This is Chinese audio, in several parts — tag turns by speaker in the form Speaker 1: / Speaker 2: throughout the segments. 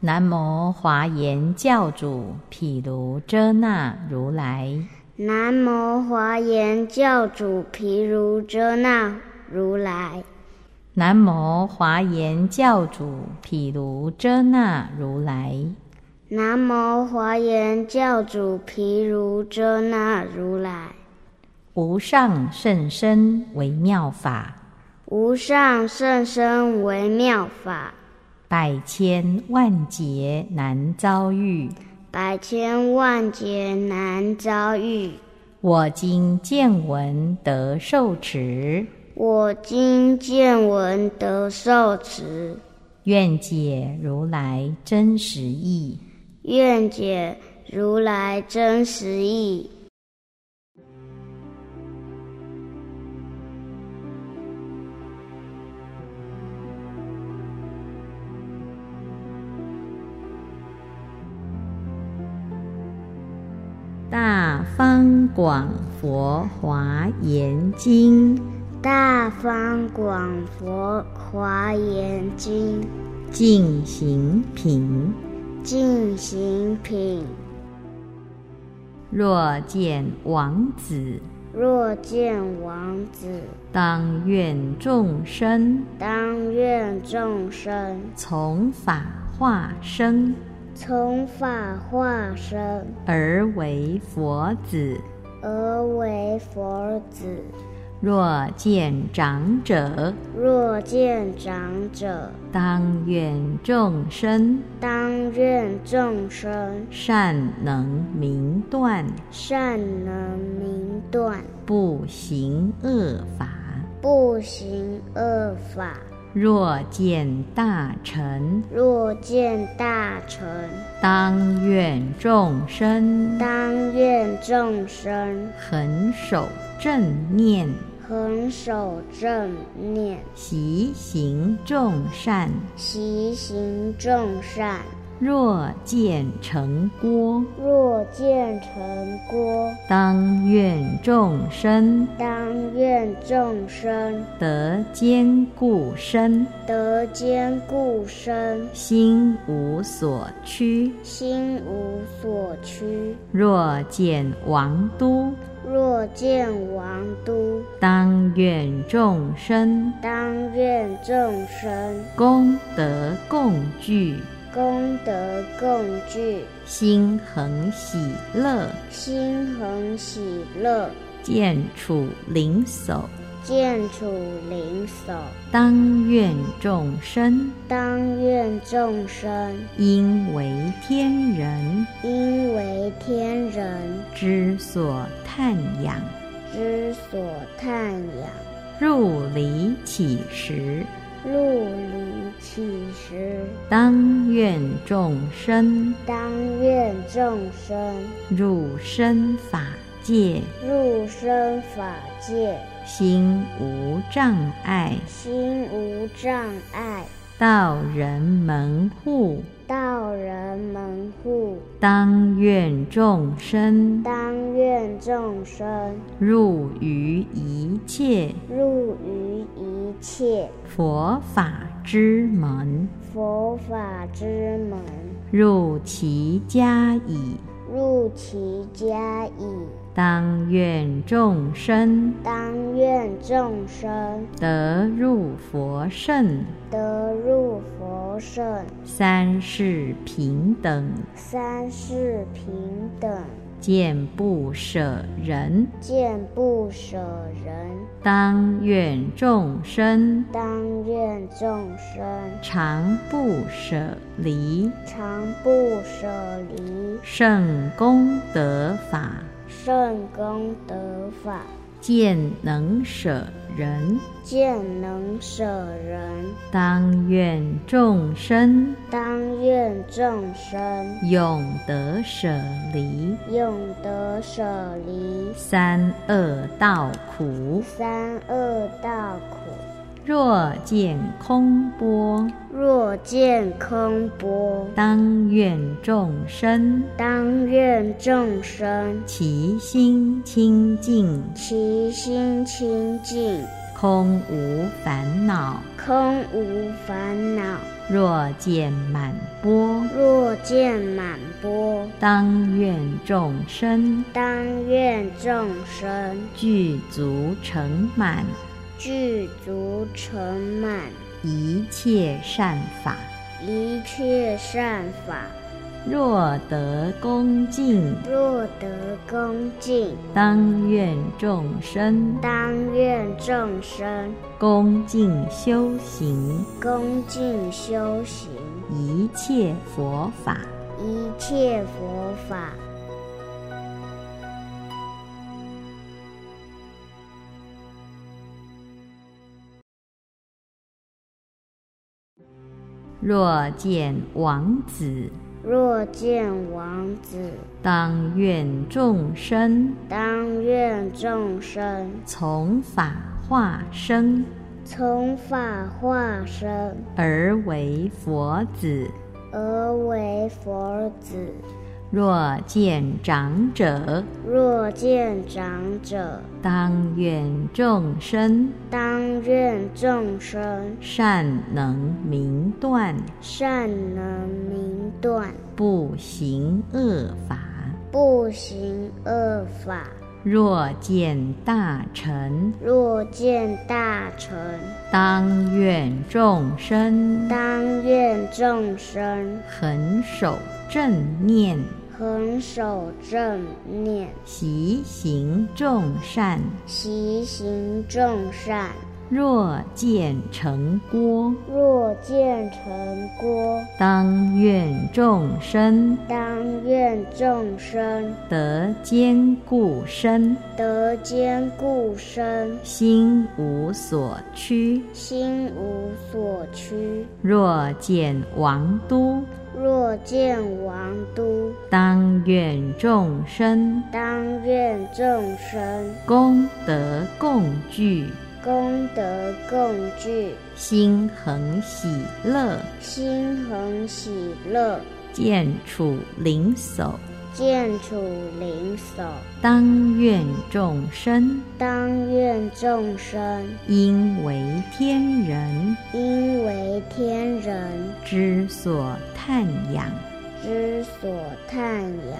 Speaker 1: 南无华严教主毗卢遮那如来，
Speaker 2: 南无华严教主毗卢遮那如来，
Speaker 1: 南无华严教主毗卢遮那如来。
Speaker 2: 南无华严教主毗卢遮那如来，
Speaker 1: 无上甚深微妙法，
Speaker 2: 无上甚深微妙法，
Speaker 1: 百千万劫难遭遇。
Speaker 2: 百千万劫难遭遇。
Speaker 1: 我今见闻得受持，
Speaker 2: 我今见闻得受持，
Speaker 1: 愿解如来真实义。
Speaker 2: 愿解如来真实义。
Speaker 1: 大方广佛华严经，
Speaker 2: 大方广佛华严经
Speaker 1: 净行品。
Speaker 2: 净行品。
Speaker 1: 若见王子，
Speaker 2: 若见王子，
Speaker 1: 当愿众生
Speaker 2: 当愿众生
Speaker 1: 从法化生，
Speaker 2: 从法化身，
Speaker 1: 而为佛子。
Speaker 2: 而为佛子。
Speaker 1: 若见长者，
Speaker 2: 若见长者，
Speaker 1: 当愿众生
Speaker 2: 当愿众生
Speaker 1: 善能明断，
Speaker 2: 善能明断，
Speaker 1: 不行恶法。
Speaker 2: 不行恶法。
Speaker 1: 若见大乘，
Speaker 2: 若见大乘，
Speaker 1: 当愿众生
Speaker 2: 当愿众生
Speaker 1: 恒守正念，
Speaker 2: 恒守正念，
Speaker 1: 习行众善。
Speaker 2: 习行众善。
Speaker 1: 若见成锅，
Speaker 2: 若见成锅，
Speaker 1: 当愿众生
Speaker 2: 当愿众生
Speaker 1: 得坚固身，
Speaker 2: 得坚固身，
Speaker 1: 心无所屈。
Speaker 2: 心无所屈。
Speaker 1: 若见王都，
Speaker 2: 若见王都，
Speaker 1: 当愿众生
Speaker 2: 当愿众生
Speaker 1: 功德共聚，
Speaker 2: 功德共聚，
Speaker 1: 心恒喜乐，
Speaker 2: 心恒喜乐，
Speaker 1: 见处灵叟。
Speaker 2: 见处灵叟。
Speaker 1: 当愿众生
Speaker 2: 当愿众生
Speaker 1: 因为天人
Speaker 2: 因为天人
Speaker 1: 之所叹仰，
Speaker 2: 之所叹仰，
Speaker 1: 入离起时。
Speaker 2: 入离起时。
Speaker 1: 当愿众生
Speaker 2: 当愿众生
Speaker 1: 入身法界，
Speaker 2: 入生法界，
Speaker 1: 心无障碍，
Speaker 2: 心无障碍，
Speaker 1: 道人门户。
Speaker 2: 道人门户。
Speaker 1: 当愿众生
Speaker 2: 当愿众生
Speaker 1: 入于一切
Speaker 2: 入于一切
Speaker 1: 佛法之门，
Speaker 2: 佛法之门，
Speaker 1: 入其家矣。
Speaker 2: 入其家矣。
Speaker 1: 当愿众生
Speaker 2: 当愿众生
Speaker 1: 得入佛圣，
Speaker 2: 得入佛圣，
Speaker 1: 三世平等，
Speaker 2: 三世平等，
Speaker 1: 见不舍人。
Speaker 2: 见不舍人。
Speaker 1: 当愿众生
Speaker 2: 当愿众生
Speaker 1: 常不舍离，
Speaker 2: 常不舍离，
Speaker 1: 圣功德法，
Speaker 2: 圣功德法，
Speaker 1: 见能舍人，
Speaker 2: 见能舍人，
Speaker 1: 当愿众生
Speaker 2: 当愿众生
Speaker 1: 永得舍离
Speaker 2: 永得舍离
Speaker 1: 三恶道苦。
Speaker 2: 三恶道苦。
Speaker 1: 若见空波，
Speaker 2: 若见空波，
Speaker 1: 当愿众生
Speaker 2: 当愿众生
Speaker 1: 其心清净，
Speaker 2: 其心清净，
Speaker 1: 空无烦恼。
Speaker 2: 空无烦恼。
Speaker 1: 若见满波，
Speaker 2: 若见满波，
Speaker 1: 当愿众生
Speaker 2: 当愿众生
Speaker 1: 具足成满
Speaker 2: 具足成满，
Speaker 1: 一切善法。
Speaker 2: 一切善法。
Speaker 1: 若得恭敬，
Speaker 2: 若得恭敬，
Speaker 1: 当愿众生
Speaker 2: 当愿众生
Speaker 1: 恭敬修行
Speaker 2: 恭敬修行，
Speaker 1: 一切佛法。
Speaker 2: 一切佛法。
Speaker 1: 若见王子，
Speaker 2: 若见王子，
Speaker 1: 当愿众生
Speaker 2: 当愿众生
Speaker 1: 从法化生，
Speaker 2: 从法化身，
Speaker 1: 而为佛子。
Speaker 2: 而为佛子。
Speaker 1: 若见长者，
Speaker 2: 若见长者，
Speaker 1: 当愿众生
Speaker 2: 当愿众生
Speaker 1: 善能明断，
Speaker 2: 善能明断，
Speaker 1: 不行恶法。
Speaker 2: 不行恶法。
Speaker 1: 若见大乘，
Speaker 2: 若见大乘，
Speaker 1: 当愿众生
Speaker 2: 当愿众生
Speaker 1: 恒守正念，
Speaker 2: 恒守正念，
Speaker 1: 习行众善。
Speaker 2: 习行众善。
Speaker 1: 若见成锅，
Speaker 2: 若见成锅，
Speaker 1: 当愿众生
Speaker 2: 当愿众生
Speaker 1: 得坚固身，
Speaker 2: 得坚固身，
Speaker 1: 心无所屈。
Speaker 2: 心无所屈。
Speaker 1: 若见王都，
Speaker 2: 若见王都，
Speaker 1: 当愿众生
Speaker 2: 当愿众生
Speaker 1: 功德共聚，
Speaker 2: 功德共聚，
Speaker 1: 心恒喜乐，
Speaker 2: 心恒喜乐，
Speaker 1: 见处灵叟。
Speaker 2: 见处灵叟。
Speaker 1: 当愿众生
Speaker 2: 当愿众生
Speaker 1: 因为天人
Speaker 2: 因为天人
Speaker 1: 之所叹仰，
Speaker 2: 之所叹仰，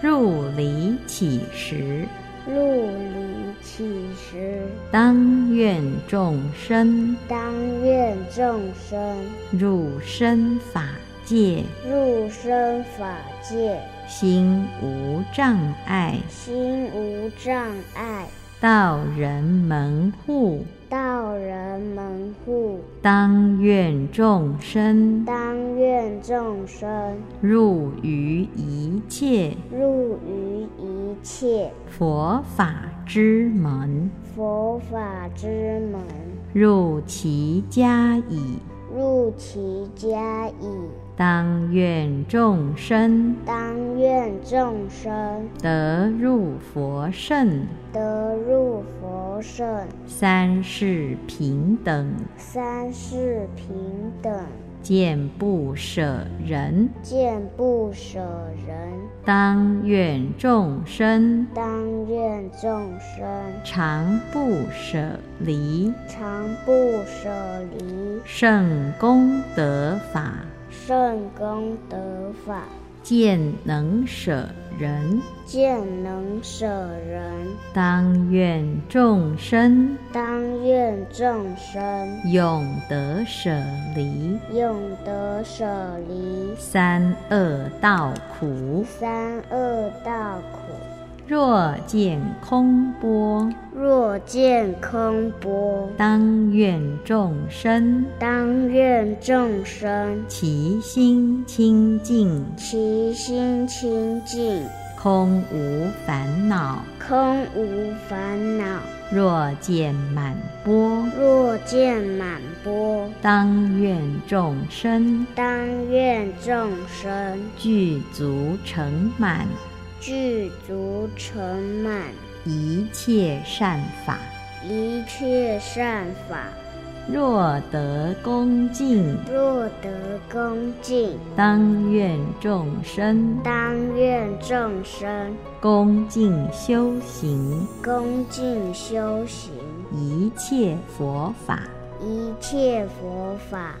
Speaker 1: 入离起时，
Speaker 2: 入离起时，
Speaker 1: 当愿众生
Speaker 2: 当愿众生
Speaker 1: 入身法界，
Speaker 2: 入生法界，
Speaker 1: 心无障碍，
Speaker 2: 心无障碍，
Speaker 1: 道人门户。
Speaker 2: 道人门户。
Speaker 1: 当愿众生
Speaker 2: 当愿众生
Speaker 1: 入于一切
Speaker 2: 入于一切
Speaker 1: 佛法之门，
Speaker 2: 佛法之门，
Speaker 1: 入其家矣。
Speaker 2: 入其家矣。
Speaker 1: 当愿众生
Speaker 2: 当愿众生
Speaker 1: 得入佛圣，
Speaker 2: 得入佛圣，
Speaker 1: 三世平等，
Speaker 2: 三世平等，
Speaker 1: 见不舍人。
Speaker 2: 见不舍人。
Speaker 1: 当愿众生
Speaker 2: 当愿众生
Speaker 1: 常不舍离，
Speaker 2: 常不舍离，
Speaker 1: 圣功德法，
Speaker 2: 圣功德法，
Speaker 1: 见能舍人。
Speaker 2: 见能舍人。
Speaker 1: 当愿众生
Speaker 2: 当愿众生
Speaker 1: 永得舍离
Speaker 2: 永得舍离
Speaker 1: 三恶道苦。
Speaker 2: 三恶道苦。
Speaker 1: 若见空波，
Speaker 2: 若见空波，
Speaker 1: 当愿众生
Speaker 2: 当愿众生
Speaker 1: 其心清净，
Speaker 2: 其心清净，
Speaker 1: 空无烦恼。
Speaker 2: 空无烦恼。
Speaker 1: 若见满钵，
Speaker 2: 若见满钵，
Speaker 1: 当愿众生
Speaker 2: 当愿众生
Speaker 1: 具足成满，
Speaker 2: 具足成满，
Speaker 1: 一切善法。
Speaker 2: 一切善法。
Speaker 1: 若得恭敬，
Speaker 2: 若得恭敬，
Speaker 1: 当愿众生
Speaker 2: 当愿众生
Speaker 1: 恭敬修行
Speaker 2: 恭敬修行，
Speaker 1: 一切佛法。
Speaker 2: 一切佛法。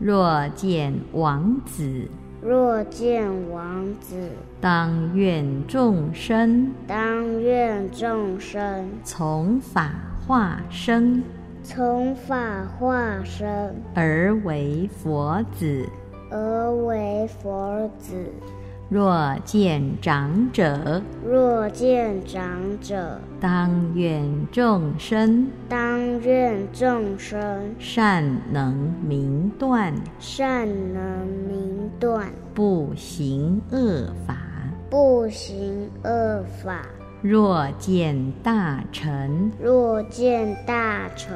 Speaker 1: 若见王子，
Speaker 2: 若见王子，
Speaker 1: 当愿众生
Speaker 2: 当愿众生
Speaker 1: 从法化身
Speaker 2: 从法化身，
Speaker 1: 而为佛子。
Speaker 2: 而为佛子。
Speaker 1: 若见长者，
Speaker 2: 若见长者，
Speaker 1: 当愿众生
Speaker 2: 当愿众生
Speaker 1: 善能明断，
Speaker 2: 善能明断，
Speaker 1: 不行恶法。
Speaker 2: 不行恶法。
Speaker 1: 若见大乘，
Speaker 2: 若见大乘，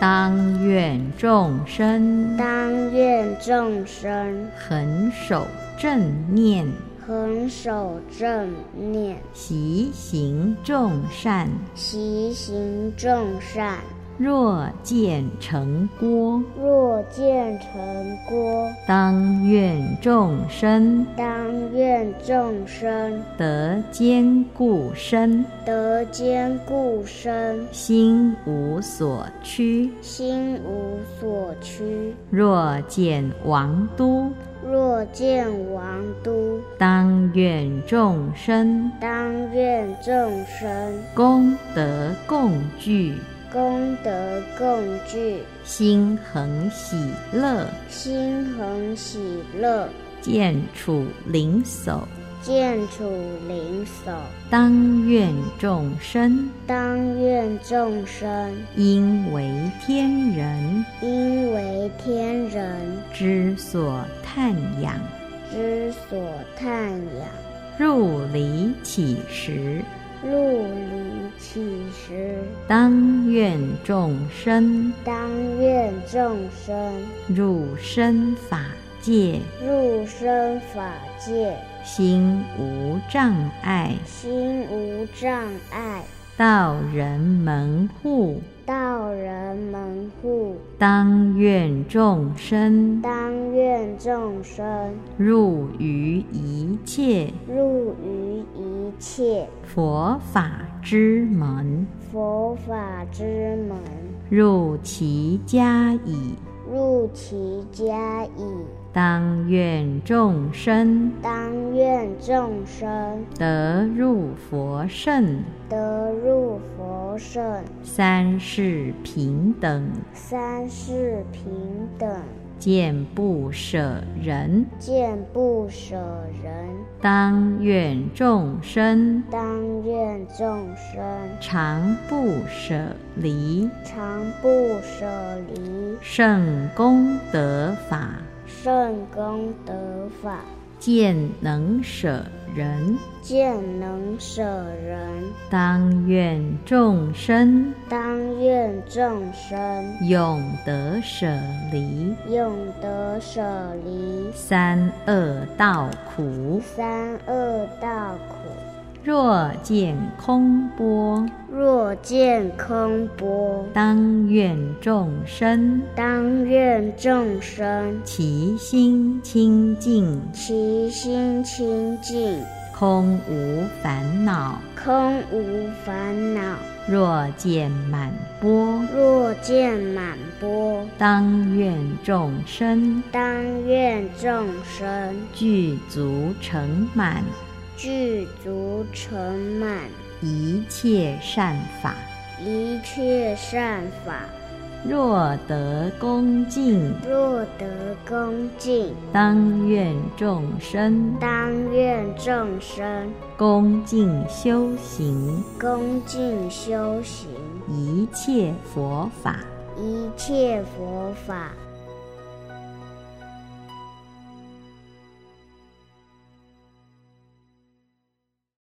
Speaker 1: 当愿众生
Speaker 2: 当愿众生
Speaker 1: 恒守正念，
Speaker 2: 恒守正念，
Speaker 1: 习行众善。
Speaker 2: 习行众善。
Speaker 1: 若见成锅，
Speaker 2: 若见成锅，
Speaker 1: 当愿众生
Speaker 2: 当愿众生
Speaker 1: 得坚固身，
Speaker 2: 得坚固身，
Speaker 1: 心无所屈。
Speaker 2: 心无所屈。
Speaker 1: 若见王都，
Speaker 2: 若见王都，
Speaker 1: 当愿众生
Speaker 2: 当愿众生
Speaker 1: 功德共聚，
Speaker 2: 功德共聚，
Speaker 1: 心恒喜乐，
Speaker 2: 心恒喜乐，
Speaker 1: 见处灵叟。
Speaker 2: 见处灵叟。
Speaker 1: 当愿众生
Speaker 2: 当愿众生
Speaker 1: 因为天人
Speaker 2: 因为天人
Speaker 1: 之所叹仰，
Speaker 2: 之所叹仰，
Speaker 1: 入离起时。
Speaker 2: 入离起时，
Speaker 1: 当愿众生
Speaker 2: 当愿众生
Speaker 1: 入身法界，
Speaker 2: 入生法界，
Speaker 1: 心无障碍，
Speaker 2: 心无障碍，
Speaker 1: 道人门户。
Speaker 2: 道人门户。
Speaker 1: 当愿众生
Speaker 2: 当愿众生
Speaker 1: 入于一切
Speaker 2: 入于一切
Speaker 1: 佛法之门，
Speaker 2: 佛法之门，
Speaker 1: 入其家矣。
Speaker 2: 入其家矣。
Speaker 1: 当愿众生
Speaker 2: 当愿众生
Speaker 1: 得入佛圣，
Speaker 2: 得入佛圣，
Speaker 1: 三世平等，
Speaker 2: 三世平等，
Speaker 1: 见不舍人。
Speaker 2: 见不舍人。
Speaker 1: 当愿众生
Speaker 2: 当愿众生
Speaker 1: 常不舍离，
Speaker 2: 常不舍离，
Speaker 1: 圣功德法，
Speaker 2: 圣功德法，
Speaker 1: 见能舍人。
Speaker 2: 见能舍人。
Speaker 1: 当愿众生
Speaker 2: 当愿众生
Speaker 1: 永得舍离，
Speaker 2: 永得舍离
Speaker 1: 三恶道苦。
Speaker 2: 三恶道苦。
Speaker 1: 若见空波，
Speaker 2: 若见空波，
Speaker 1: 当愿众生
Speaker 2: 当愿众生
Speaker 1: 其心清净，
Speaker 2: 其心清净，
Speaker 1: 空无烦恼。
Speaker 2: 空无烦恼。
Speaker 1: 若见满钵，
Speaker 2: 若见满钵，
Speaker 1: 当愿众生
Speaker 2: 当愿众生
Speaker 1: 具足成满，
Speaker 2: 具足成满，
Speaker 1: 一切善法。
Speaker 2: 一切善法。
Speaker 1: 若得恭敬，
Speaker 2: 若得恭敬，
Speaker 1: 当愿众生
Speaker 2: 当愿众生
Speaker 1: 恭敬修行
Speaker 2: 恭敬修行
Speaker 1: 一切佛法。
Speaker 2: 一切佛法。